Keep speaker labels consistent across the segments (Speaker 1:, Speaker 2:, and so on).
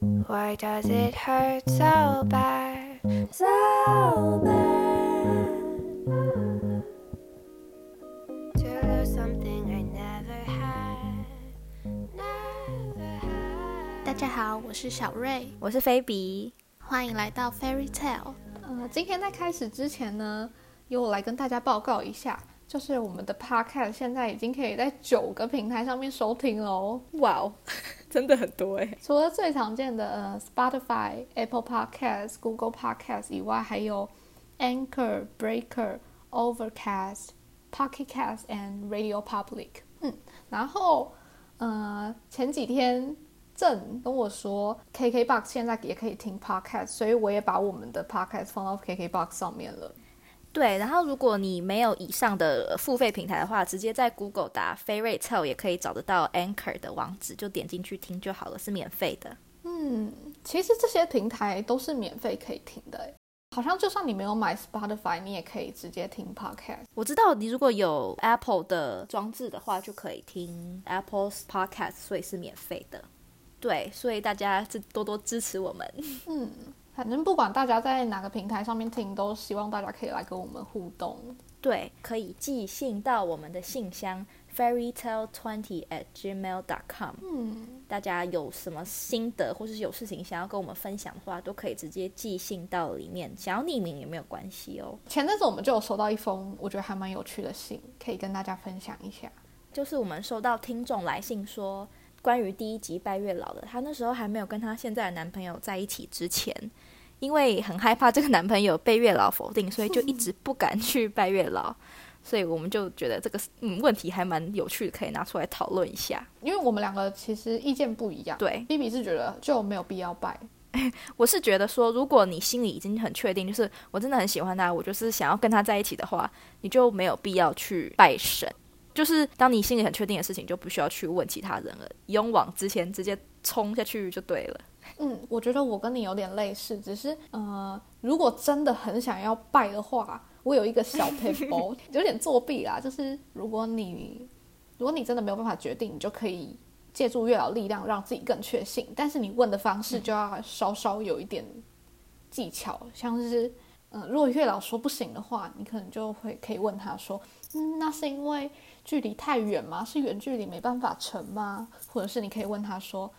Speaker 1: Why does it hurt so bad? So bad. To lose something I never had. Never had.
Speaker 2: 大家好，我是小瑞，
Speaker 3: 我是菲比。
Speaker 2: 欢迎来到 Fairy Tale。呃，今天在开始之前呢，由我来跟大家报告一下，就是我们的 Podcast 现在已经可以在九个平台上面收听喽。
Speaker 3: 哇哦， 真的很多哎、
Speaker 2: 除了最常见的呃 Spotify、Apple Podcast、Google Podcast 以外，还有 Anchor、Breaker、Overcast、Pocket Cast and Radio Public。嗯，然后呃前几天正跟我说，KKBox 现在也可以听 Podcast，所以我也把我们的 Podcast 放到 KKBox 上面了。
Speaker 3: 对，然后如果你没有以上的付费平台的话，直接在 Google 打 f a i r y t a l 也可以找得到 Anchor 的网址，就点进去听就好了，是免费的。
Speaker 2: 嗯，其实这些平台都是免费可以听的诶，好像就算你没有买 Spotify，你也可以直接听 Podcast。
Speaker 3: 我知道你如果有 Apple 的装置的话，就可以听 Apple Podcast，所以是免费的。对，所以大家是多多支持我们。
Speaker 2: 嗯，反正不管大家在哪个平台上面听，都希望大家可以来跟我们互动。
Speaker 3: 对，可以寄信到我们的信箱 fairytale twenty at gmail dot com。
Speaker 2: 嗯，
Speaker 3: 大家有什么心得或是有事情想要跟我们分享的话，都可以直接寄信到里面，想要匿名也没有关系哦。
Speaker 2: 前阵子我们就有收到一封我觉得还蛮有趣的信，可以跟大家分享一下。
Speaker 3: 就是我们收到听众来信说，关于第一集拜月老的，她那时候还没有跟她现在的男朋友在一起之前，因为很害怕这个男朋友被月老否定，所以就一直不敢去拜月老。所以我们就觉得这个嗯问题还蛮有趣的，可以拿出来讨论一下。
Speaker 2: 因为我们两个其实意见不一样，
Speaker 3: 对，
Speaker 2: B B 是觉得就没有必要拜，
Speaker 3: 我是觉得说，如果你心里已经很确定，就是我真的很喜欢他，我就是想要跟他在一起的话，你就没有必要去拜神。就是当你心里很确定的事情，就不需要去问其他人了，勇往直前，直接冲下去就对了。
Speaker 2: 嗯，我觉得我跟你有点类似，只是呃，如果真的很想要拜的话，我有一个小 p a 有点作弊啦。就是如果你如果你真的没有办法决定，你就可以借助月老力量让自己更确信，但是你问的方式就要稍稍有一点技巧，像是嗯、呃，如果月老说不行的话，你可能就会可以问他说，嗯，那是因为距离太远吗？是远距离没办法成吗？或者是你可以问他说。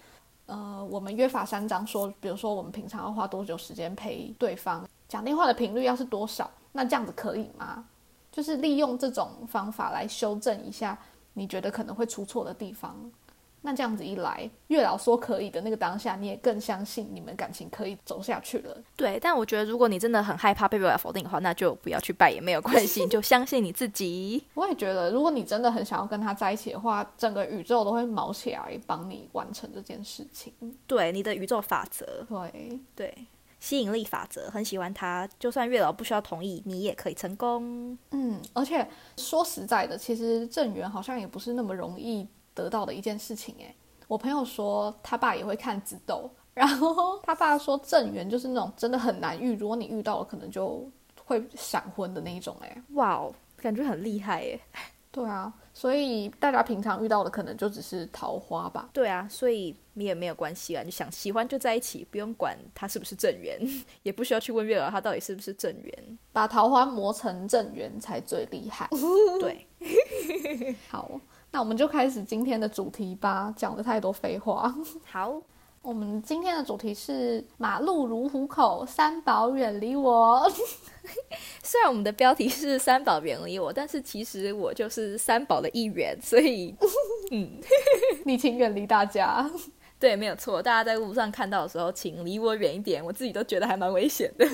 Speaker 2: 呃，我们约法三章说，比如说我们平常要花多久时间陪对方，讲电话的频率要是多少，那这样子可以吗？就是利用这种方法来修正一下你觉得可能会出错的地方。那这样子一来，月老说可以的那个当下，你也更相信你们感情可以走下去了。
Speaker 3: 对，但我觉得如果你真的很害怕被月老否定的话，那就不要去拜也没有关系，你就相信你自己。
Speaker 2: 我也觉得，如果你真的很想要跟他在一起的话，整个宇宙都会毛起来帮你完成这件事情。
Speaker 3: 对，你的宇宙法则，
Speaker 2: 对，
Speaker 3: 对，吸引力法则，很喜欢他，就算月老不需要同意，你也可以成功。
Speaker 2: 嗯，而且说实在的，其实正缘好像也不是那么容易得到的一件事情哎。我朋友说他爸也会看紫豆，然后他爸说正缘就是那种真的很难遇，如果你遇到了，可能就会闪婚的那一种哎。
Speaker 3: 哇哦，感觉很厉害耶！
Speaker 2: 对啊，所以大家平常遇到的可能就只是桃花吧。
Speaker 3: 对啊，所以你也没有关系啊，你想喜欢就在一起，不用管他是不是正缘， 也不需要去问月老他到底是不是正缘。
Speaker 2: 把桃花磨成正缘才最厉害。
Speaker 3: 对，
Speaker 2: 好，那我们就开始今天的主题吧，讲了太多废话。
Speaker 3: 好，
Speaker 2: 我们今天的主题是马路如虎口，三宝远离我。
Speaker 3: 虽然我们的标题是三宝远离我，但是其实我就是三宝的一员，所 以
Speaker 2: 你请远离大家。
Speaker 3: 对，没有错。大家在路上看到的时候，请离我远一点，我自己都觉得还蛮危险的。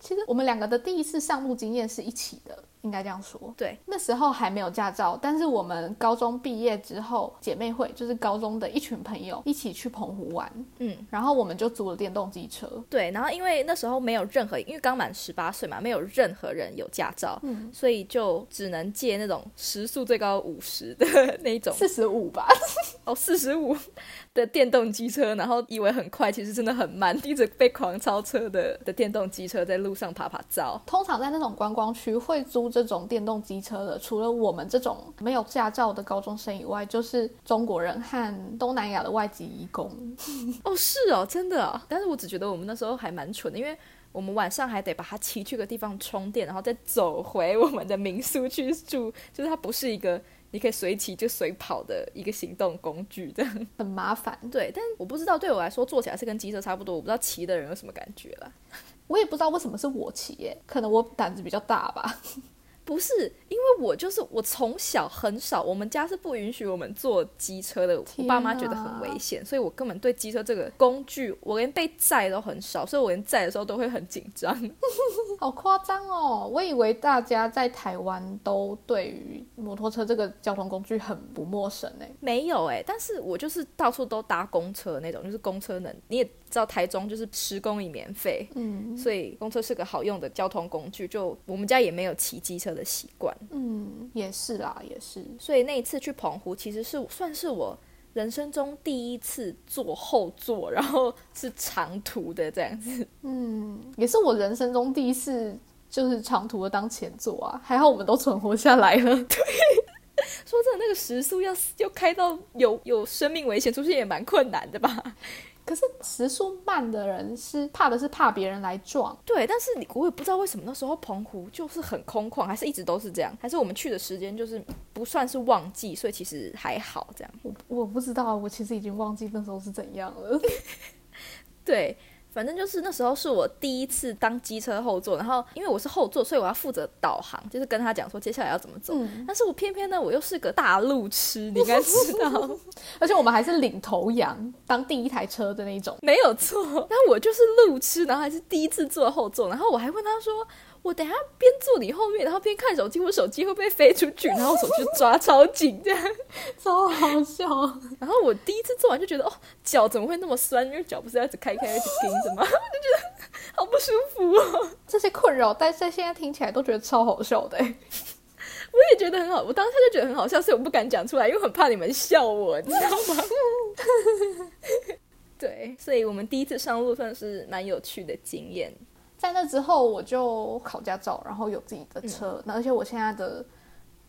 Speaker 2: 其实我们两个的第一次上路经验是一起的，应该这样说。
Speaker 3: 对，
Speaker 2: 那时候还没有驾照，但是我们高中毕业之后，姐妹会就是高中的一群朋友一起去澎湖玩，
Speaker 3: 嗯。
Speaker 2: 然后我们就租了电动机车。
Speaker 3: 对，然后因为那时候没有任何，因为刚满十八岁嘛，没有任何人有驾照，
Speaker 2: 嗯，
Speaker 3: 所以就只能借那种时速最高五十的那种
Speaker 2: 四十五 吧，
Speaker 3: 哦，四十五的电动机车，然后以为很快，其实真的很慢，一直被狂超车的的电动机车在路上爬爬照。
Speaker 2: 通常在那种观光区会租这种电动机车的，除了我们这种没有驾照的高中生以外，就是中国人和东南亚的外籍移工。
Speaker 3: 哦，是哦，真的、哦。但是我只觉得我们那时候还蛮蠢的，因为我们晚上还得把它骑去个地方充电，然后再走回我们的民宿去住，就是它不是一个你可以随骑就随跑的一个行动工具这样。
Speaker 2: 很麻烦。
Speaker 3: 对，但我不知道对我来说坐起来是跟机车差不多，我不知道骑的人有什么感觉啦。
Speaker 2: 我也不知道为什么是我骑耶，可能我胆子比较大吧。
Speaker 3: 不是，因为我就是我从小很少，我们家是不允许我们坐机车的，我
Speaker 2: 天
Speaker 3: 爸妈觉得很
Speaker 2: 哪
Speaker 3: 危险，所以我根本对机车这个工具，我连被载都很少，所以我连载的时候都会很紧张。
Speaker 2: 好夸张哦！我以为大家在台湾都对于摩托车这个交通工具很不陌生欸诶。
Speaker 3: 没有哎、但是我就是到处都搭公车那种，就是公车能你也知道，台中就是施工也免费，
Speaker 2: 嗯
Speaker 3: 所以公车是个好用的交通工具。就我们家也没有骑机车的习惯，
Speaker 2: 嗯，也是啦，也是。
Speaker 3: 所以那一次去澎湖，其实是算是我人生中第一次坐后座，然后是长途的这样子。
Speaker 2: 嗯，也是我人生中第一次就是长途的当前座啊，还好我们都存活下来了。
Speaker 3: 说真的，那个时速要要开到有有生命危险出现也蛮困难的吧？
Speaker 2: 可是时速慢的人是怕的是怕别人来撞，
Speaker 3: 对，但是你我也不知道为什么那时候澎湖就是很空旷，还是一直都是这样，还是我们去的时间就是不算是旺季，所以其实还好这样。
Speaker 2: 我我不知道，我其实已经忘记那时候是怎样了。
Speaker 3: 对，反正就是那时候是我第一次当机车后座，然后因为我是后座，所以我要负责导航，就是跟他讲说接下来要怎么走。
Speaker 2: 嗯，
Speaker 3: 但是我偏偏呢，我又是个大路痴，你应该知道，
Speaker 2: 而且我们还是领头羊，当第一台车的那种。
Speaker 3: 没有错。那我就是路痴，然后还是第一次坐后座，然后我还问他说：“我等一下边坐你后面，然后边看手机，我手机会不会飞出去？”然后我手机就抓超紧这样。
Speaker 2: 超好笑！
Speaker 3: 然后我第一次做完就觉得，哦，脚怎么会那么酸？因为脚不是要一直开开一直盯着吗？我就觉 得好不舒服哦。
Speaker 2: 这些困扰，但是现在听起来都觉得超好笑的欸。
Speaker 3: 我也觉得很好，我当下就觉得很好笑，所以我不敢讲出来，因为很怕你们笑我，你知道吗？ 对，所以我们第一次上路算是蛮有趣的经验。
Speaker 2: 在那之后，我就考驾照，然后有自己的车，那而且我现在的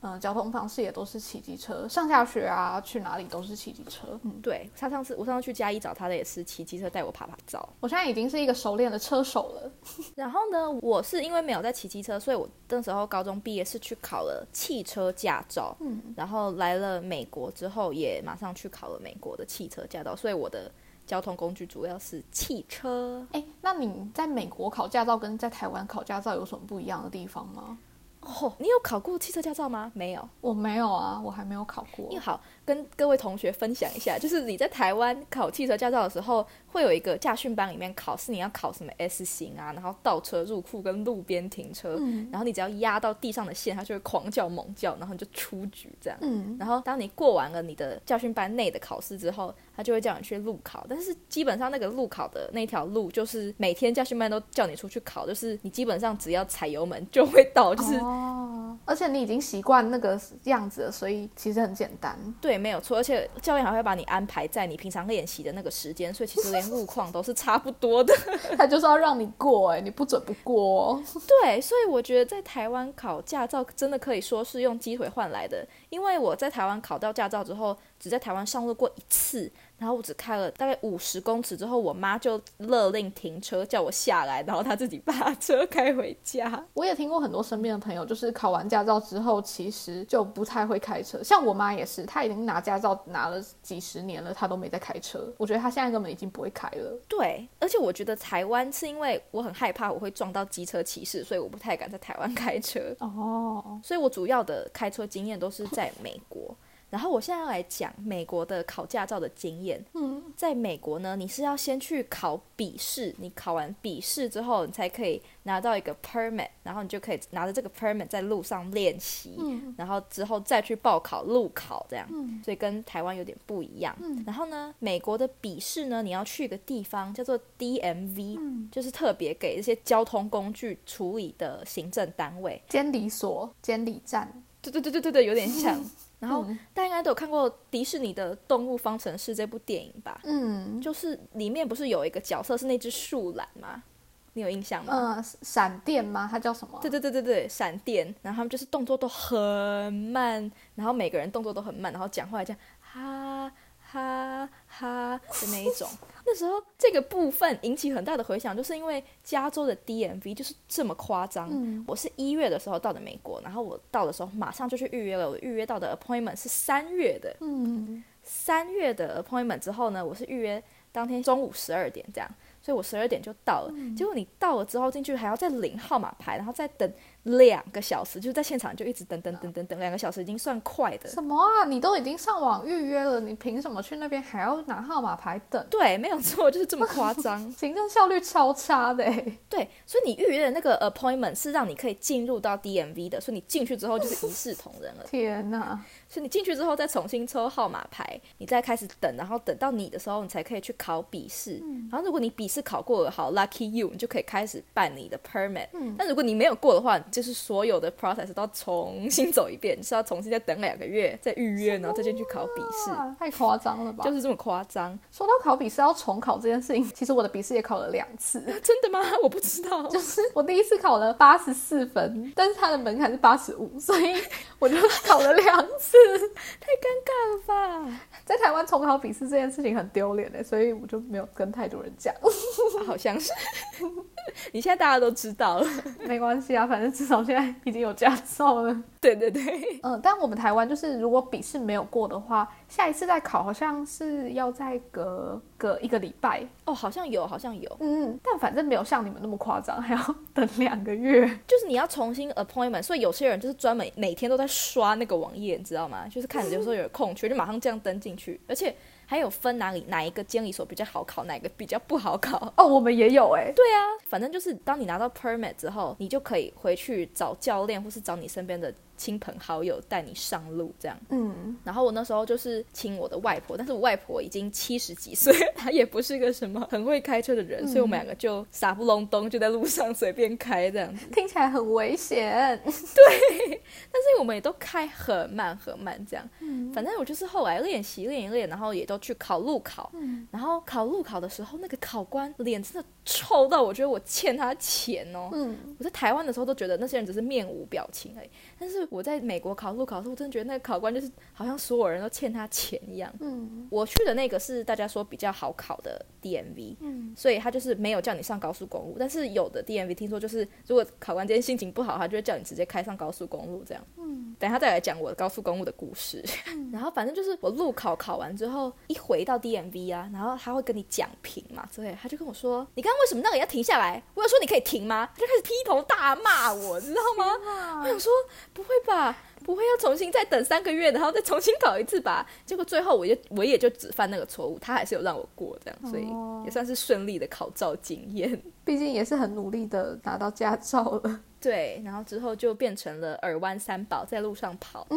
Speaker 2: 嗯、呃交通方式也都是骑机车，上下学啊，去哪里都是骑机车。嗯，
Speaker 3: 对他上次，我上次去嘉义找他的也是骑机车带我爬爬照。
Speaker 2: 我现在已经是一个熟练的车手了。
Speaker 3: 然后呢，我是因为没有在骑机车，所以我那时候高中毕业是去考了汽车驾照，
Speaker 2: 嗯，
Speaker 3: 然后来了美国之后，也马上去考了美国的汽车驾照，所以我的交通工具主要是汽车。
Speaker 2: 哎，那你在美国考驾照跟在台湾考驾照有什么不一样的地方吗？
Speaker 3: 哦，你有考过汽车驾照吗？没有。
Speaker 2: 我没有啊，我还没有考过
Speaker 3: 你。好，跟各位同学分享一下，就是你在台湾考汽车驾照的时候，会有一个驾训班里面考试，你要考什么 S 型啊，然后倒车入库跟路边停车，
Speaker 2: 嗯
Speaker 3: 然后你只要压到地上的线，它就会狂叫猛叫，然后你就出局这样。
Speaker 2: 嗯，
Speaker 3: 然后当你过完了你的教训班内的考试之后，他就会叫你去路考。但是基本上那个路考的那条路，就是每天教训班都叫你出去考，就是你基本上只要踩油门就会到，就是、
Speaker 2: 哦，而且你已经习惯那个样子了，所以其实很简单。
Speaker 3: 对，没有错。而且教练还会把你安排在你平常练习的那个时间，所以其实连路况都是差不多的。
Speaker 2: 他就是要让你过、哎，你不准不过、哦。
Speaker 3: 对，所以我觉得在台湾考驾照真的可以说是用鸡腿换来的，因为我在台湾考到驾照之后，只在台湾上路过一次，然后我只开了大概五十公尺之后，我妈就勒令停车叫我下来，然后她自己把 车开回家。
Speaker 2: 我也听过很多身边的朋友，就是考完驾照之后，其实就不太会开车。像我妈也是，她已经拿驾照拿了几十年了，她都没在开车。我觉得她现在根本已经不会开了。
Speaker 3: 对，而且我觉得台湾是因为我很害怕我会撞到机车骑士，所以我不太敢在台湾开车。
Speaker 2: 哦，
Speaker 3: 所以我主要的开车经验都是在美国。然后我现在要来讲美国的考驾照的经验。
Speaker 2: 嗯，
Speaker 3: 在美国呢，你是要先去考笔试，你考完笔试之后，你才可以拿到一个 permit，然后你就可以拿着这个 permit 在路上练习，
Speaker 2: 嗯
Speaker 3: 然后之后再去报考路考这样。
Speaker 2: 嗯
Speaker 3: 所以跟台湾有点不一样。
Speaker 2: 嗯
Speaker 3: 然后呢，美国的笔试呢，你要去一个地方叫做 DMV，、
Speaker 2: 嗯，
Speaker 3: 就是特别给这些交通工具处理的行政单位。
Speaker 2: 监理所、监理站，
Speaker 3: 对对对对对对，有点像。然后
Speaker 2: 嗯
Speaker 3: 大家应该都有看过迪士尼的《动物方程式》这部电影吧？
Speaker 2: 嗯，
Speaker 3: 就是里面不是有一个角色是那只树懒吗？你有印象吗？
Speaker 2: 嗯、闪电吗？它叫什么？啊
Speaker 3: 对对对对对，闪电，然后他们就是动作都很慢，然后每个人动作都很慢，然后讲话也这样哈哈哈的那一种。那时候这个部分引起很大的回响，就是因为加州的 DMV 就是这么夸张。
Speaker 2: 嗯
Speaker 3: 我是一月的时候到的美国，然后我到的时候马上就去预约了，我预约到的 appointment 是三月的，
Speaker 2: 嗯，
Speaker 3: 三月的 appointment 之后呢，我是预约当天中午十二点这样，所以我十二点就到了。
Speaker 2: 嗯
Speaker 3: 结果你到了之后进去还要再领号码牌，然后再等两个小时，就是在现场就一直等等等等等两个小时，已经算快的。
Speaker 2: 什么啊？你都已经上网预约了，你凭什么去那边还要拿号码牌等？。
Speaker 3: 对，没有错，就是这么夸张
Speaker 2: 行政效率超差的、欸，
Speaker 3: 对，所以你预约的那个 appointment 是让你可以进入到 DMV 的，所以你进去之后就是一视同仁了。
Speaker 2: 天哪！
Speaker 3: 所以你进去之后再重新抽号码牌，你再开始等，然后等到你的时候，你才可以去考笔试。
Speaker 2: 嗯
Speaker 3: 然后如果你笔试考过了，好，lucky you，你就可以开始办你的 permit。
Speaker 2: 嗯
Speaker 3: 但如果你没有过的话，就是所有的 process 都要重新走一遍，就是要重新再等两个月，再预约，然后再进去考笔试，
Speaker 2: 啊太夸张了吧！
Speaker 3: 就是这么夸张。啊
Speaker 2: 说到考笔试要重考这件事情，其实我的笔试也考了两次。
Speaker 3: 真的吗？ 我不知道。
Speaker 2: 就是我第一次考了八十四分，但是它的门槛是八十五， 所以我就考了两 次。
Speaker 3: 吧，
Speaker 2: 在台湾重考笔试这件事情很丢脸欸的，所以我就没有跟太多人讲。
Speaker 3: 好像是。 你现在大家都知道了。
Speaker 2: 没关系啊，反正至少现在已经有驾照了。
Speaker 3: 对对对，
Speaker 2: 嗯，但我们台湾就是，如果笔试没有过的话，下一次再考好像是要再隔隔一个礼拜。
Speaker 3: 哦，好像有，好像有。
Speaker 2: 嗯，但反正没有像你们那么夸张， 还要等两个月。
Speaker 3: 就是你要重新 appointment，所以有些人就是专门每天都在刷那个网页，你知道吗？就是看有时候有空缺，就马上这样登进去，而且还有分哪里哪一个监理所比较好考，哪一个比较不好考。
Speaker 2: 哦，我们也有哎、
Speaker 3: 对啊，反正就是当你拿到 permit 之后，你就可以回去找教练或是找你身边的亲朋好友带你上路这样。
Speaker 2: 嗯，
Speaker 3: 然后我那时候就是请我的外婆，但是我外婆已经七十几岁，她也不是个什么很会开车的人，所以我们两个就傻不隆咚就在路上随便开这样子。
Speaker 2: 听起来很危险。
Speaker 3: 但是我们也都开很慢很慢这样。
Speaker 2: 嗯
Speaker 3: 反正我就是后来练习练一练，然后也都去考路考。
Speaker 2: 嗯
Speaker 3: 然后考路考的时候，那个考官脸真的臭到我觉得我欠他钱哦。
Speaker 2: 嗯，
Speaker 3: 我在台湾的时候都觉得那些人只是面无表情而已，但是我在美国考路考的时候，我真的觉得那个考官就是好像所有人都欠他钱一样。
Speaker 2: 嗯
Speaker 3: 我去的那个是大家说比较好考的 DMV，
Speaker 2: 嗯
Speaker 3: 所以他就是没有叫你上高速公路，但是有的 DMV 听说就是，如果考官今天心情不好，他就会叫你直接开上高速公路这样。
Speaker 2: 嗯，
Speaker 3: 等一下再来讲我高速公路的故事。 然后反正就是我路考考完之后，一回到 DMV 啊，然后他会跟你讲评嘛之类的，他就跟我说：“你刚刚为什么那个人要停下来？”我有说你可以停吗？他就开始劈头大骂我，你知道吗？我想说不会吧，不会要重新再等三个月，然后再重新考一次吧？结果最后我就我也就只犯那个错误，他还是有让我过这样，所以
Speaker 2: 哦
Speaker 3: 也算是顺利的考照经验。
Speaker 2: 毕竟也是很努力的拿到驾照了。
Speaker 3: 对，然后之后就变成了耳湾三宝，在路上跑。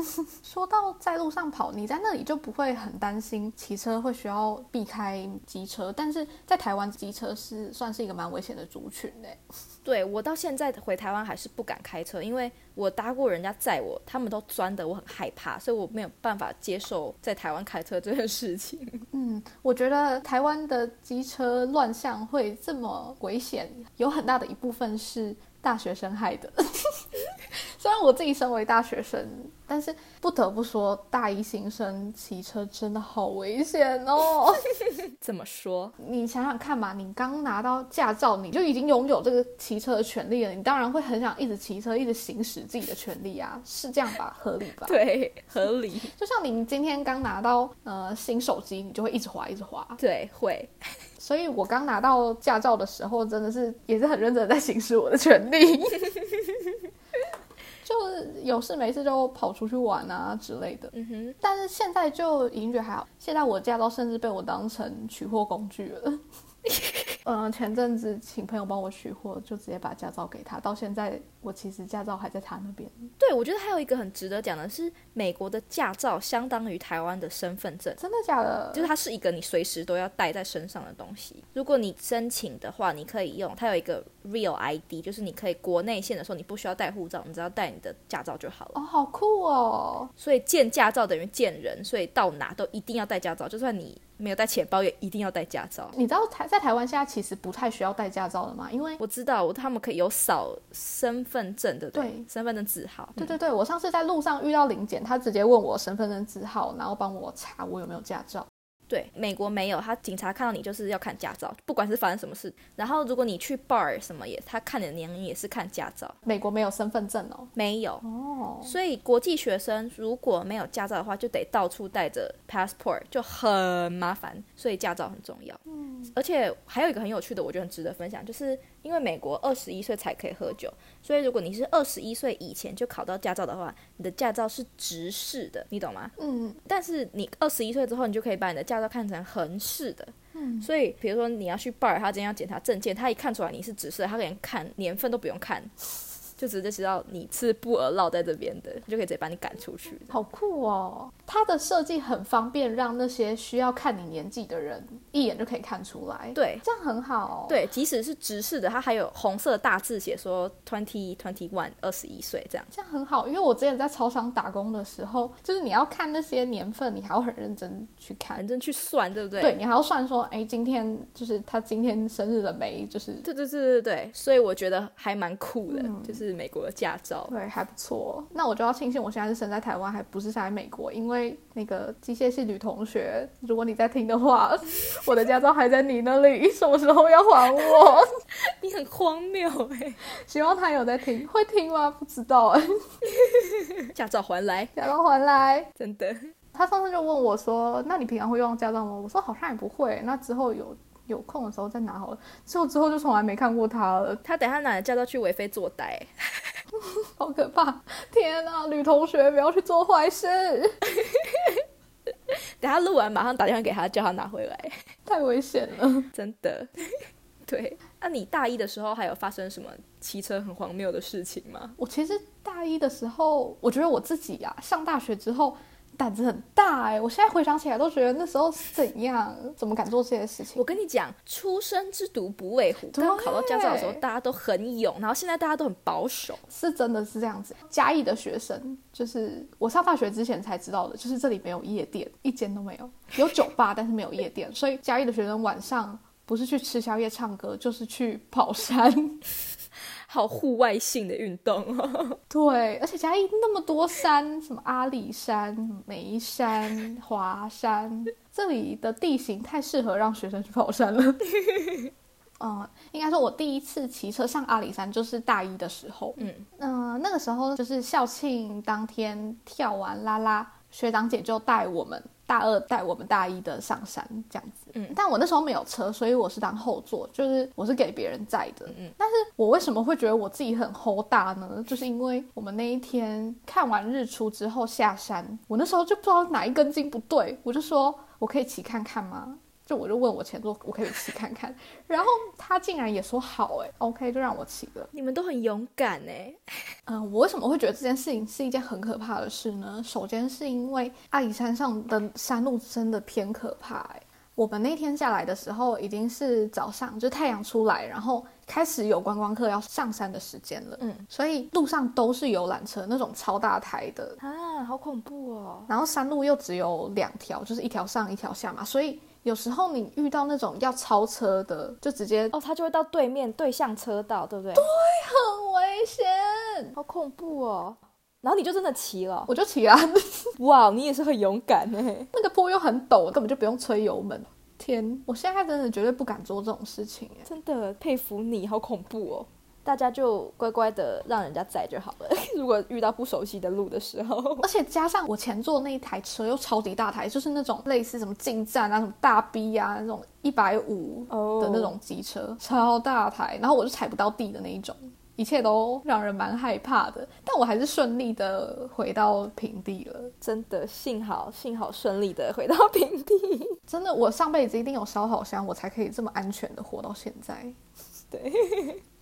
Speaker 2: 说到在路上跑，你在那里就不会很担心骑车会需要避开机车，但是在台湾机车是算是一个蛮危险的族群欸诶、
Speaker 3: 对我到现在回台湾还是不敢开车，因为我搭过人家载我，他们都钻的，我很害怕，所以我没有办法接受在台湾开车这件事情。
Speaker 2: 嗯，我觉得台湾的机车乱象会这么危险，有很大的一部分是大学生害的。 虽然我自己身为大学生，但是不得不说，大一新生骑车真的好危险哦。
Speaker 3: 怎么说？
Speaker 2: 你想想看嘛，你刚拿到驾照，你就已经拥有这个骑车的权利了，你当然会很想一直骑车，一直行使自己的权利啊，是这样吧？合理吧？
Speaker 3: 对，合理。
Speaker 2: 就像你今天刚拿到呃新手机，你就会一直滑，一直滑。
Speaker 3: 对，会。
Speaker 2: 所以我刚拿到驾照的时候，真的是也是很认真地在行使我的权利， 就是有事没事就跑出去玩啊之类的。
Speaker 3: 嗯哼，
Speaker 2: 但是现在就已经觉得还好，现在我驾照甚至被我当成取货工具了。 嗯，前阵子请朋友帮我取货，就直接把驾照给他。到现在，我其实驾照还在他那边。
Speaker 3: 对我觉得还有一个很值得讲的是，美国的驾照相当于台湾的身份证。
Speaker 2: 真的假的？
Speaker 3: 就是它是一个你随时都要带在身上的东西。如果你申请的话，你可以用它有一个 Real ID，就是你可以国内线的时候你不需要带护照，你只要带你的驾照就好了。
Speaker 2: 哦，好酷哦！
Speaker 3: 所以见驾照等于见人，所以到哪都一定要带驾照，就算你没有带钱包也一定要带驾照。
Speaker 2: 你知道台在台湾现在其实不太需要带驾照了嘛，因为
Speaker 3: 我知道，我他们可以有扫身份证的，
Speaker 2: 对
Speaker 3: 身份证字号，嗯
Speaker 2: 对对对，我上次在路上遇到林检，他直接问我身份证字号，然后帮我查我有没有驾照。
Speaker 3: 对，美国没有，他警察看到你就是要看驾照，不管是发生什么事。然后如果你去 bar 什么也，他看你的年龄也是看驾照，
Speaker 2: 美国没有身份证哦。
Speaker 3: 没有。
Speaker 2: 哦，
Speaker 3: 所以国际学生如果没有驾照的话，就得到处带着 passport，就很麻烦。所以驾照很重要。
Speaker 2: 嗯，
Speaker 3: 而且还有一个很有趣的，我觉得很值得分享，就是因为美国二十一岁才可以喝酒，所以如果你是二十一岁以前就考到驾照的话，你的驾照是直视的，你懂吗？
Speaker 2: 嗯
Speaker 3: 但是你二十一岁之后，你就可以把你的驾照看成横式的。
Speaker 2: 嗯，
Speaker 3: 所以，比如说你要去 bar，他今天要检查证件，他一看出来你是直视的，他连看年份都不用看，就直接知道你是不而落在这边的，就可以直接把你赶出去。
Speaker 2: 好酷哦！它的设计很方便，让那些需要看你年纪的人一眼就可以看出来。，
Speaker 3: 对
Speaker 2: 这样很好、哦。，
Speaker 3: 对，即使是直视的，他还有红色大字写说 twenty twenty one 二十一岁这样。
Speaker 2: 这样很好，因为我之前在超商打工的时候，就是你要看那些年份，你还要很认真去看
Speaker 3: 反。正去算，对不对？
Speaker 2: 对你还要算说，哎，今天就是他今天生日了没？就是
Speaker 3: 对对对对对，所以我觉得还蛮酷的，
Speaker 2: 嗯
Speaker 3: 就是美国的驾照。
Speaker 2: 对，还不错。哦那我就要庆幸我现在是生在台湾，还不是在美国，因为那个机械系女同学，如果你在听的话， 我的驾照还在你那里，什么时候要还我？
Speaker 3: 你很荒谬哎、
Speaker 2: 希望她有在听，会听吗？不知道 哎，
Speaker 3: 驾照还来，
Speaker 2: 驾照还来。
Speaker 3: 真的。
Speaker 2: 她上次就问我说：“那你平常会用驾照吗？”我说：“好像也不会。”那之后有有空的时候再拿好了。之后之后就从来没看过她了，
Speaker 3: 他等下拿着驾照去为非作歹欸、
Speaker 2: 好可怕！天哪，女同学不要去做坏事，
Speaker 3: 等下录完马上打电话给他，叫他拿回来，
Speaker 2: 太危险了。
Speaker 3: 真的。 对，那、你大一的时候还有发生什么骑车很荒谬的事情吗？
Speaker 2: 我其实大一的时候，我觉得我自己呀、上大学之后胆子很大哎、我现在回想起来都觉得那时候是怎样，怎么敢做这些事情
Speaker 3: 我？跟你讲，初生之犊不畏虎。
Speaker 2: 对
Speaker 3: 刚考到驾照的时候，大家都很勇，然后现在大家都很保守。
Speaker 2: 是真的是这样子。嘉义的学生，就是我上大学之前才知道的，就是这里没有夜店，一间都没有，有酒吧但是没有夜店，所以嘉义的学生晚上。不是去吃宵夜、唱歌，就是去跑山。
Speaker 3: 好户外性的运动 哦，
Speaker 2: 对，而且嘉义那么多山，什么阿里山、眉山、华山，这里的地形太适合让学生去跑山了。嗯，应该说，我第一次骑车上阿里山就是大一的时候。
Speaker 3: 嗯，
Speaker 2: 嗯、那个时候就是校庆当天跳完啦啦，学长姐就带我们大二带我们大一的上山这样子。
Speaker 3: 嗯
Speaker 2: 但我那时候没有车，所以我是当后座，就是我是给别人载的。
Speaker 3: 嗯
Speaker 2: 但是我为什么会觉得我自己很齁大呢？就是因为我们那一天看完日出之后下山，我那时候就不知道哪一根筋不对，我就说我可以骑看看吗？就我就问我前座，我可以骑看看，然后他竟然也说好、哎，OK，就让我骑了。
Speaker 3: 你们都很勇敢哎、
Speaker 2: 嗯，我为什么会觉得这件事情是一件很可怕的事呢？首先是因为阿里山上的山路真的偏可怕、欸。我们那天下来的时候已经是早上，就太阳出来，然后开始有观光客要上山的时间了。
Speaker 3: 嗯
Speaker 2: 所以路上都是游览车，那种超大台的，
Speaker 3: 啊，好恐怖哦。
Speaker 2: 然后山路又只有两条，就是一条上一条下嘛，所以有时候你遇到那种要超车的，就直接
Speaker 3: 哦，他就会到对面对向车道，对不对？
Speaker 2: 很危险，
Speaker 3: 好恐怖哦。然后你就真的骑了，
Speaker 2: 我就骑啊。
Speaker 3: 哇，你也是很勇敢哎、
Speaker 2: 那个坡又很陡，根本就不用吹油门。天，我现在真的绝对不敢做这种事情哎。
Speaker 3: 真的佩服你，好恐怖哦！大家就乖乖的让人家载就好了。 如果遇到不熟悉的路的时候，
Speaker 2: 而且加上我前座那一台车又超级大台，就是那种类似什么进站啊、什么大 B 啊那种一百五
Speaker 3: 哦
Speaker 2: 的那种机车超大台，然后我就踩不到地的那一种，一切都让人蛮害怕的。但我还是顺利的回到平地了。
Speaker 3: 真的幸好幸好顺利的回到平地。
Speaker 2: 真的，我上辈子一定有烧好香，我才可以这么安全的活到现在。
Speaker 3: 对，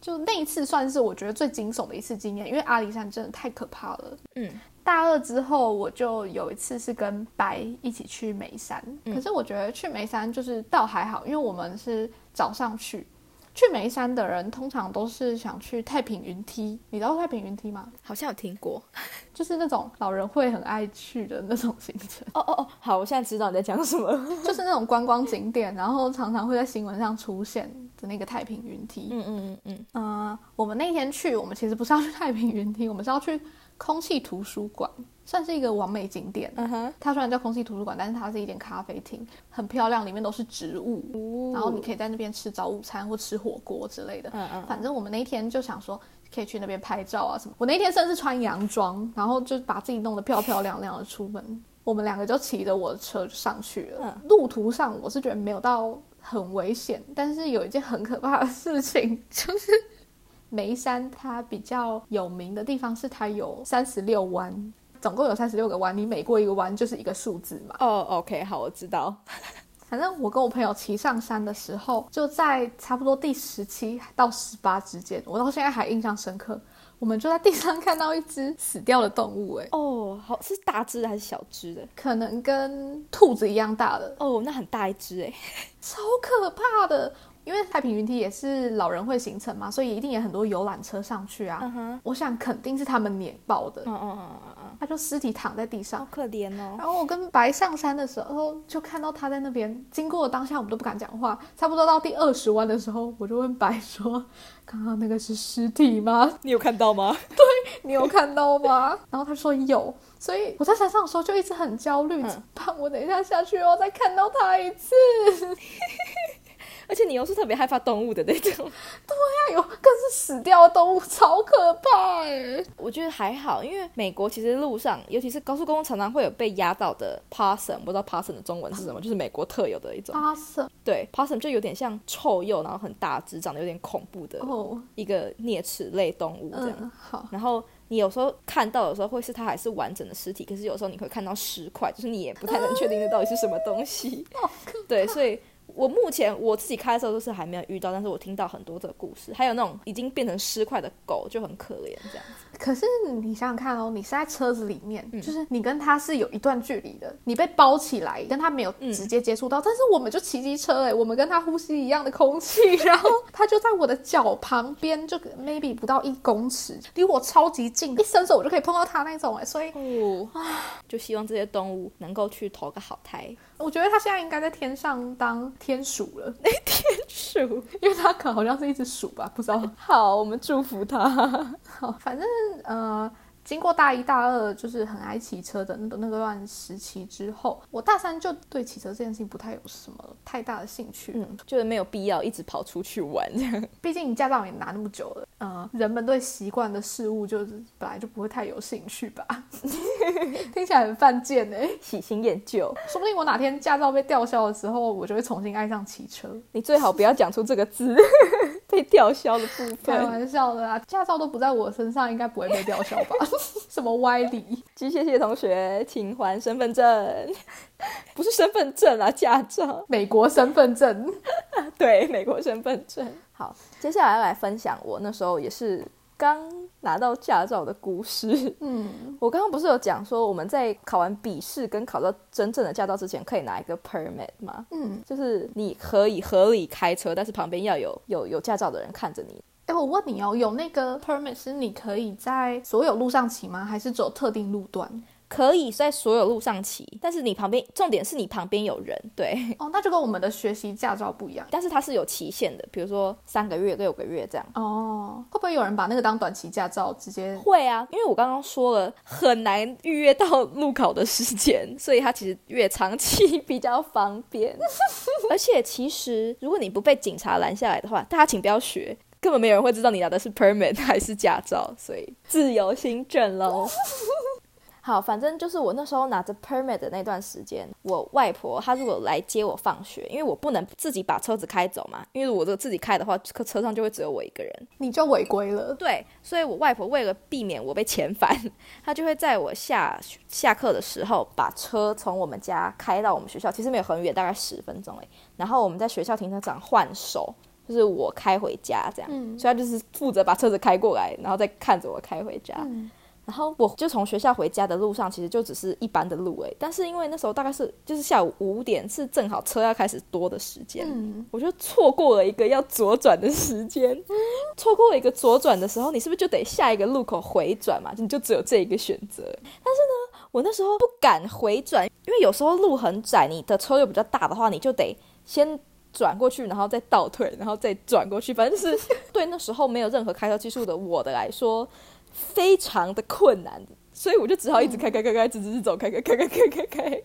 Speaker 2: 就那一次算是我觉得最惊悚的一次经验，因为阿里山真的太可怕了。
Speaker 3: 嗯，
Speaker 2: 大二之后，我就有一次是跟白一起去
Speaker 3: 嗯
Speaker 2: 眉山，可是我觉得去眉山就是倒还好，因为我们是早上去，去眉山的人通常都是想去太平云梯，你知道太平云梯吗？
Speaker 3: 好像有听过。
Speaker 2: 就是那种老人会很爱去的那种行程，
Speaker 3: 哦哦哦，好，我现在知道你在讲什么了。
Speaker 2: 就是那种观光景点，然后常常会在新闻上出现的那个太平云梯。
Speaker 3: 嗯嗯嗯
Speaker 2: 呃，我们那天去，我们其实不是要去太平云梯，我们是要去空气图书馆，算是一个完美景点。
Speaker 3: 嗯哼，
Speaker 2: 它虽然叫空气图书馆，但是它是一间咖啡厅，很漂亮，里面都是植物，然后你可以在那边吃早午餐或吃火锅之类的。
Speaker 3: 哦嗯嗯
Speaker 2: 反正我们那一天就想说可以去那边拍照啊什么。我那天甚至穿洋装，然后就把自己弄得漂漂亮亮的出门。我们两个就骑着我的车就上去了。
Speaker 3: 嗯
Speaker 2: 路途上我是觉得没有到很危险，但是有一件很可怕的事情， 就是眉山它比较有名的地方是它有三十六弯。总共有三十六个弯，你每过一个弯就是一个数字嘛。
Speaker 3: 哦、o k 好，我知道。
Speaker 2: 反正我跟我朋友骑上山的时候，就在差不多第十七到十八之间，我到现在还印象深刻。我们就在地上看到一只死掉的动物、哎，
Speaker 3: 哦、好，是大只的还是小只的？
Speaker 2: 可能跟兔子一样大的，
Speaker 3: 哦、那很大一只哎。
Speaker 2: 超可怕的。因为太平云梯也是老人会行程嘛，所以一定也很多游览车上去啊。
Speaker 3: 嗯哼，
Speaker 2: 我想肯定是他们碾爆的，
Speaker 3: 嗯嗯嗯嗯嗯，
Speaker 2: 他就尸体躺在地上
Speaker 3: 好，可怜哦。
Speaker 2: 然后我跟白上山的时候，就看到他在那边经过的当下，我们都不敢讲话。差不多到第二十弯的时候，我就问白说：“刚刚那个是尸体吗？
Speaker 3: 你有看到吗？
Speaker 2: 你有看到吗？”然后他说有，所以我在山上的时候就一直很焦虑，
Speaker 3: 嗯
Speaker 2: 怎么办？我等一下下去后再看到他一次，
Speaker 3: 而且你又是特别害怕动物的那种。
Speaker 2: 哎呦，更是死掉的动物，超可怕哎、
Speaker 3: 我觉得还好，因为美国其实路上，尤其是高速公路，常常会有被压到的 possum。不知道 possum 的中文是什么，就是美国特有的一种。
Speaker 2: 阿瑟
Speaker 3: 对，possum 就有点像臭鼬，然后很大只，长得有点恐怖的
Speaker 2: 哦，
Speaker 3: 一个啮齿类动物这样。
Speaker 2: 嗯，好，
Speaker 3: 然后你有时候看到，有时候会是它还是完整的尸体，可是有时候你会看到尸块，就是你也不太能确定那到底是什么东 西。
Speaker 2: 好可
Speaker 3: 对，所以我目前我自己开的时候都是还没有遇到，但是我听到很多这个故事，还有那种已经变成尸块的狗就很可怜这样子。
Speaker 2: 可是你想想看哦，你是在车子里面，
Speaker 3: 嗯
Speaker 2: 就是你跟他是有一段距离的，你被包起来，跟他没有
Speaker 3: 嗯
Speaker 2: 直接接触到，但是我们就骑机车哎、我们跟他呼吸一样的 空气，然后他就在我的脚旁边，就 maybe 不到一公尺，离我超级近，一伸手我就可以碰到他那种哎、所以
Speaker 3: 哦，就希望这些动物能够去投个好胎。
Speaker 2: 我觉得他现在应该在天上当天鼠了，
Speaker 3: 是，
Speaker 2: 因为他可能好像是一只鼠吧，不知道。
Speaker 3: 好，我们祝福它。
Speaker 2: 好，反正呃，经过大一、大二就是很爱骑车的那那个段时期之后，我大三就对骑车这件事情不太有什么太大的兴趣。
Speaker 3: 嗯，就是没有必要一直跑出去玩这样。
Speaker 2: 毕竟你驾照也拿那么久了，呃，人们对习惯的事物就是本来就不会太有兴趣吧。 听起来很犯贱哎、
Speaker 3: 喜新厌旧，
Speaker 2: 说不定我哪天驾照被吊销的时候，我就会重新爱上骑车。
Speaker 3: 你最好不要讲出这个字， 被吊销的部
Speaker 2: 开
Speaker 3: 分。
Speaker 2: 玩笑的啊，驾照都不在我身上，应该不会被吊销吧？ 什么歪理？
Speaker 3: 机械系同学，请还身份证， 不是身份证啊，驾照。
Speaker 2: 美国身份证。
Speaker 3: 对，美国身份证。好，接下来要来分享我那时候也是刚拿到驾照的故事。
Speaker 2: 嗯。
Speaker 3: 我刚刚不是有讲说，我们在考完笔试跟考到真正的驾照之前，可以拿一个 permit 吗？
Speaker 2: 嗯，
Speaker 3: 就是你可以合理开车，但是旁边要有有有驾照的人看着你。
Speaker 2: 哎、我问你哦，有那个 permit 是你可以在所有路上骑吗？还是只有特定路段？
Speaker 3: 可以在所有路上骑，但是你旁边重点是你旁边有人，对，
Speaker 2: 哦，那就跟我们的学习驾照不一样
Speaker 3: 但是它是有期限的，比如说三个月、六个月这样。
Speaker 2: 哦。会不会有人把那个当短期驾照直接？
Speaker 3: 会啊，因为我刚刚说了很难预约到路考的时间， 所以它其实越长期比较方 便。而且其实如果你不被警察拦下来的话，大家请不要学，根本没有人会知道你拿的是 permit 还是驾照，所以自由行政喽。 好，反正就是我那时候拿着 permit 的那段时间，我外婆她如果来接我放学，因为我不能自己把车子开走嘛，因为我这个自己开的话，车车上就会只有我一个人。
Speaker 2: 你就违规了？
Speaker 3: 对，所以我外婆为了避免我被遣返， 她就会在我下下课的时候，把车从我们家开到我们学校，其实没有很远，大概十分钟哎。然后我们在学校停车场换手，就是我开回家这样，所以她就是负责把车子开过来，然后再看着我开回家。
Speaker 2: 嗯
Speaker 3: 然后我就从学校回家的路上，其实就只是一般的路诶，但是因为那时候大概是就是下午五点，是正好车要开始多的时间，
Speaker 2: 嗯，
Speaker 3: 我就错过了一个要左转的时间，错过了一个左转的时候，你是不是就得下一个路口回转嘛？你就只有这一个选择。但是呢，我那时候不敢回转，因为有时候路很窄，你的车又比较大的话，你就得先转过去，然后再倒退，然后再转过去。反正就是对那时候没有任何开车技术的我的来说，非常的困难。所以我就只好一直开开开开，直直直走，开开开开开开开。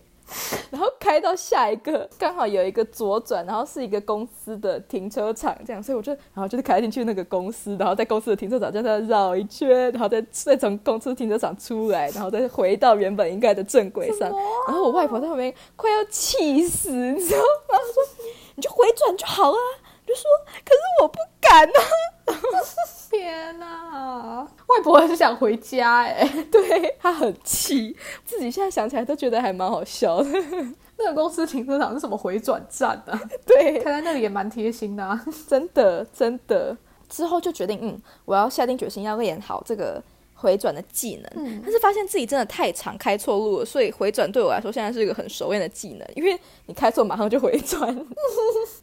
Speaker 3: 然后开到下一个，刚好有一个左转，然后是一个公司的停车场，这样，所以我就，然后就是开进去那个公司，然后在公司的停车场这样绕一圈，然后再再从公司停车场出来，然后再回到原本应该的正轨上。然后我外婆在旁边快要气死，你知道吗？她说你就回转就好啦、我就说可是我不敢啊。
Speaker 2: 天哪，外婆很想回家哎、
Speaker 3: 对她很气，自己现在想起来都觉得还蛮好笑的。
Speaker 2: 那个公司停车场是什么回转站啊？
Speaker 3: 对，
Speaker 2: 开在那里也蛮贴心的啊。
Speaker 3: 真的真的。之后就决定，嗯，我要下定决心要练好这个回转的技能。
Speaker 2: 嗯
Speaker 3: 但是发现自己真的太常开错路了，所以回转对我来说现在是一个很熟练的技能，因为你开错马上就回 转，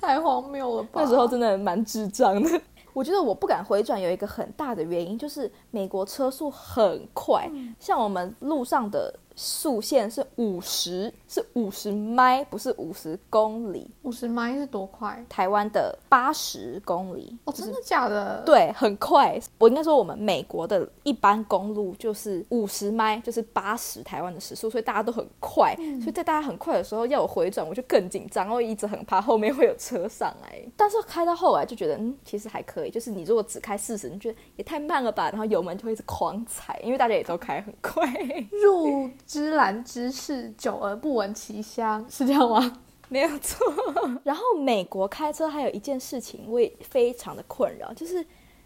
Speaker 2: 太荒谬了吧？
Speaker 3: 那时候真的蛮智障的。我觉得我不敢回转有一个很大的原因，就是美国车速很快，像我们路上的速限是五十，是五十迈，不是五十公里。
Speaker 2: 五十迈是多快？
Speaker 3: 台湾的八十公里，
Speaker 2: 哦，真的假的？，
Speaker 3: 对，很快。我应该说，我们美国的一般公路就是五十迈，就是八十台湾的时速，所以大家都很快。所以在大家很快的时候要我回转，我就更紧张，我一直很怕后面会有车上来。但是开到后来就觉得，嗯，其实还可以。就是你如果只开四十，你觉得也太慢了吧？然后油门就会一直狂踩，因为大家也都开很快。
Speaker 2: 入芝兰之室，久而不闻其香，是这样吗？
Speaker 3: 没有错。 然后美国开车还有一件事情我也非常的困扰，就是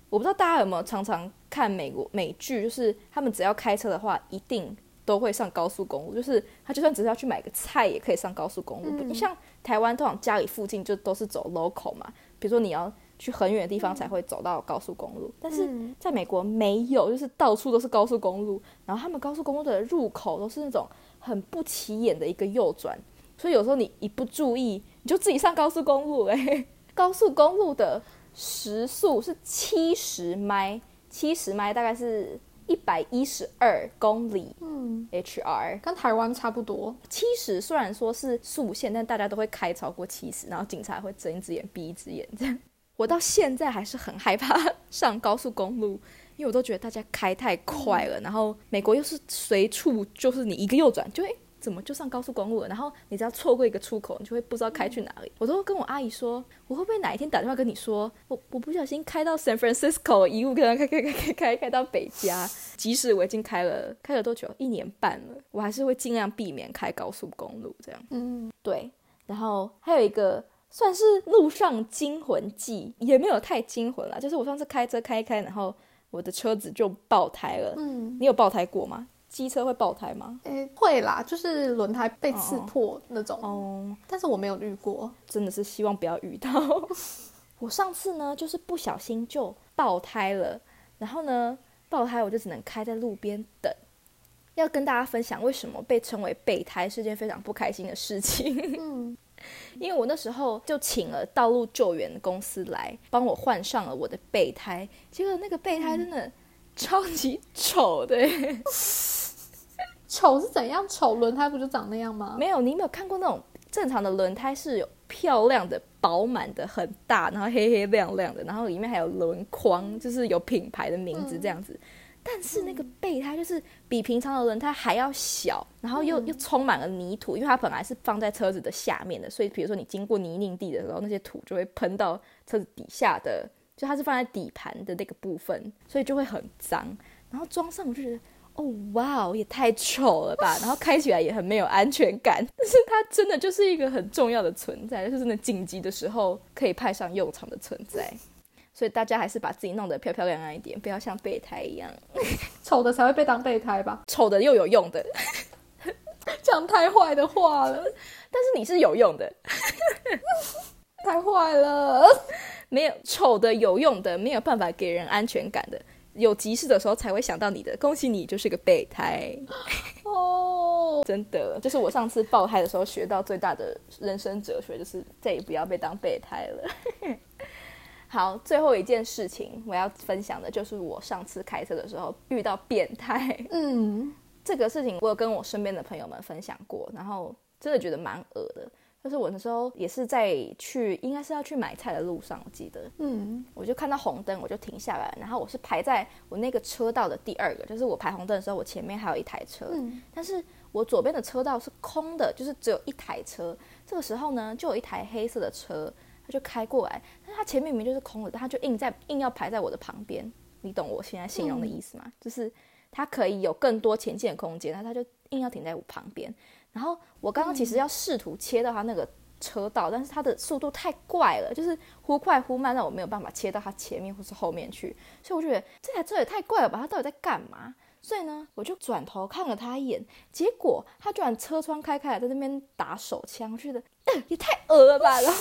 Speaker 3: 我不知道大家有没有常常看美国美剧，就是他们只要开车的话，一定都会上高速公路，就是他就算只是要去买个菜，也可以上高速公路。不像台湾通常家里附近就都是走 local 嘛，比如说你要。去很远的地方才会走到高速公路，但是
Speaker 2: 嗯
Speaker 3: 在美国没有，就是到处都是高速公路，然后他们高速公路的入口都是那种很不起眼的一个右转，所以有时候你一不注意，你就自己上高速公路哎、高速公路的时速是七十迈，七十迈大概是一百一十二公里
Speaker 2: 嗯，
Speaker 3: HR。
Speaker 2: 跟台湾差不多。
Speaker 3: 七十虽然说是速限，但大家都会开超过七十，然后警察会睁一只眼闭一只眼这样。 我到现在还是很害怕上高速公路，因为我都觉得大家开太快了，然后美国又是随处就是你一个右转就会。怎么就上高速公路了？然后你只要错过一个出口，你就会不知道开去哪里。我都跟我阿姨说，我会不会哪一天打电话跟你说，我我不小心开到 San Francisco，一路开开开开开开开到北加，即使我已经开了开了多久，一年半了，我还是会尽量避免开高速公路这样。
Speaker 2: 嗯，
Speaker 3: 对，然后还有一个算是路上惊魂记，也没有太惊魂啦，就是我上次开车开一开，然后我的车子就爆胎了。
Speaker 2: 嗯，
Speaker 3: 你有爆胎过吗？机车会爆胎吗？
Speaker 2: 诶、会啦，就是轮胎被刺破那种，
Speaker 3: 哦，
Speaker 2: 但是我没有 遇过。
Speaker 3: 真的是希望不要遇到。 我上次呢，就是不小心就爆胎了，然后呢，爆胎我就只能开在路边等。要跟大家分享为什么被称为备胎是件非常不开心的事情。
Speaker 2: 嗯，
Speaker 3: 因为我那时候就请了道路救援公司来帮我换上了我的备胎，结果那个备胎真的超级丑的欸、
Speaker 2: 丑是怎样丑？轮胎不就长那样吗？
Speaker 3: 没有，你没有看过那种正常的轮胎是有漂亮的、饱满的、很大，然后黑黑亮亮的，然后里面还有轮框，就是有品牌的名字这样子。但是那个备胎就是比平常的轮胎还要小，然后又、又充满了泥土，因为它本来是放在车子的下面的，所以比如说你经过泥泞地的时候，那些土就会喷到车子底下的，就它是放在底盘的那个部分，所以就会很脏。然后装上我就觉得，哦哇哦，也太丑了吧！然后开起来也很没有安全感， 但是它真的就是一个很重要的存在，就是真的紧急的时候可以派上用场的存在。所以大家还是把自己弄得漂漂亮亮一点，不要像备胎一样，
Speaker 2: 丑的才会被当备胎吧？
Speaker 3: 丑的又有用的，但
Speaker 2: 讲太坏的话了，
Speaker 3: 是你是有用的，
Speaker 2: 太坏了。
Speaker 3: 没有丑的有用的，没有办法给人安全感的，有急事的时候才会想到你的。恭喜你，就是个备胎，
Speaker 2: 哦，
Speaker 3: 真的，这是我上次爆胎的时候学到最大的人生哲学，就是再也不要被当备胎了。 好，最后一件事情我要分享的就是我上次开车的时候遇到变态。
Speaker 2: 嗯，
Speaker 3: 这个事情我有跟我身边的朋友们分享过，然后真的觉得蛮恶的。就是我那时候也是在去，应该是要去买菜的路上，我记得
Speaker 2: 嗯，
Speaker 3: 我就看到红灯，我就停下来，然后我是排在我那个车道的第二个，就是我排红灯的时候，我前面还有一台车，
Speaker 2: 嗯
Speaker 3: 但是我左边的车道是空的，就是只有一台车。这个时候呢，就有一台黑色的车，它就开过来，但是它前面明明就是空的，但它就硬在硬要排在我的旁边。你懂我现在形容的意思吗？就是它可以有更多前进的空间，但它就硬要停在我旁边。然后我刚刚其实要试图切到它那个车道，但是它的速度太快了，就是忽快忽慢，让我没有办法切到它前面或是后面去。所以我觉得这台车也太怪了吧，它到底在干嘛？所以呢，我就转头看了他一眼，结果他居然车窗开开来，在那边打手枪，我觉得、呃、也太恶了吧。然后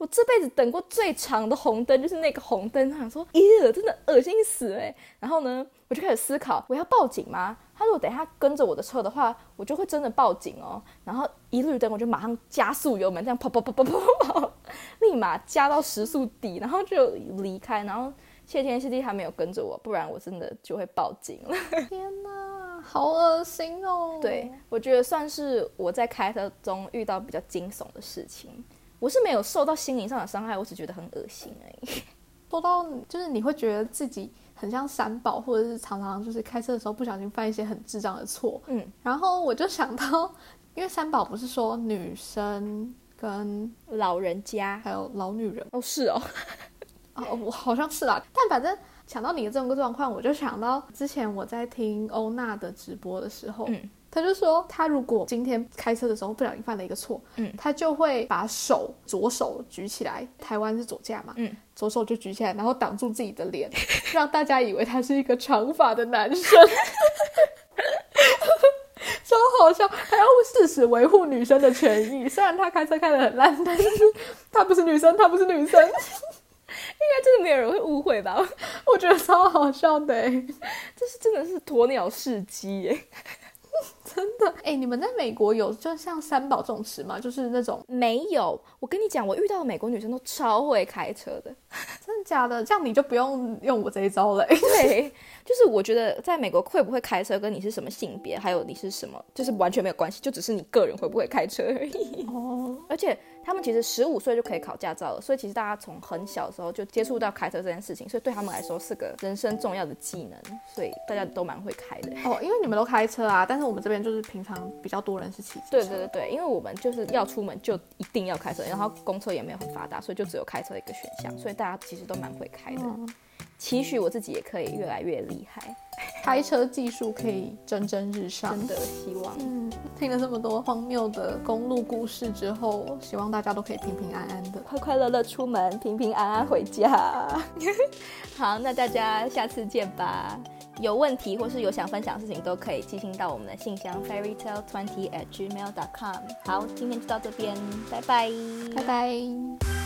Speaker 3: 我这辈子等过最长的红灯就是那个红灯，想说，耶，真的恶心死哎、然后呢，我就开始思考，我要报警吗？他如果等一下跟着我的车的话，我就会真的报警哦。然后一绿灯，我就马上加速油门，这样跑跑跑跑跑跑跑，立马加到时速底，然后就离开。然后谢天谢地他没有跟着我，不然我真的就会报警了。
Speaker 2: 天哪，好恶心哦。
Speaker 3: 嗯对，，我觉得算是我在开车中遇到比较惊悚的事情。我是没有受到心灵上的伤害，我只觉得很恶心而已。
Speaker 2: 说到就是你会觉得自己很像三宝，或者是常常就是开车的时候不小心犯一些很智障的错。
Speaker 3: 嗯，
Speaker 2: 然后我就想到，因为三宝不是说女生跟
Speaker 3: 老人家
Speaker 2: 还有老女人
Speaker 3: 哦，是 哦，
Speaker 2: 哦，我好像是啦，但反正想到你的这种状况，我就想到之前我在听欧娜的直播的时候，
Speaker 3: 嗯
Speaker 2: 她就说她如果今天开车的时候不小心犯了一个错，
Speaker 3: 嗯
Speaker 2: 她就会把手左手举起来，台湾是左驾嘛，
Speaker 3: 嗯
Speaker 2: 左手就举起来，然后挡住自己的脸， 让大家以为他是一个长发的男生。 超好笑，还要誓死维护女生的权益。虽然他开车开得很烂，但是他不是女生，他不是女生。
Speaker 3: 应该真的没有人会误会吧？
Speaker 2: 我觉得超好笑的、欸，
Speaker 3: 这是真的是鸵鸟事迹耶。
Speaker 2: 真的。哎、你们在美国有就像三宝这种词吗？就是那种
Speaker 3: 没有，我跟你讲，我遇到的美国女生都超会开车的。
Speaker 2: 真的假的，这样你就不用用我这一招了、欸。
Speaker 3: 对，就是我觉得在美国会不会开车跟你是什么性别，还有你是什么，就是完全没有关系，就只是你个人会不会开车而已。
Speaker 2: 哦，
Speaker 3: 而且他们其实十五岁就可以考驾照了，所以其实大家从很小的时候就接触到开车这件事情，所以对他们来说是个人生重要的技能，所以大家都蛮会开的。
Speaker 2: 哦，因为你们都开车啊，但是我们这边就是平常比较多人是骑机车。
Speaker 3: 对对对对，因为我们就是要出门就一定要开车，然后公车也没有很发达，所以就只有开车一个选项，所以大家其实都蛮会开的。
Speaker 2: 嗯
Speaker 3: 期许我自己也可以越来越厉害，
Speaker 2: 开车技术可以蒸蒸日上。
Speaker 3: 真的希望。
Speaker 2: 嗯，听了这么多荒谬的公路故事之后，希望大家都可以平平安安的。
Speaker 3: 快快乐乐出门，平平安安回家。 好，那大家下次见吧。有问题或是有想分享的事情，都可以寄信到我们的信箱 fairytale twenty at gmail dot com。好，今天就到这边，拜拜，
Speaker 2: 拜拜。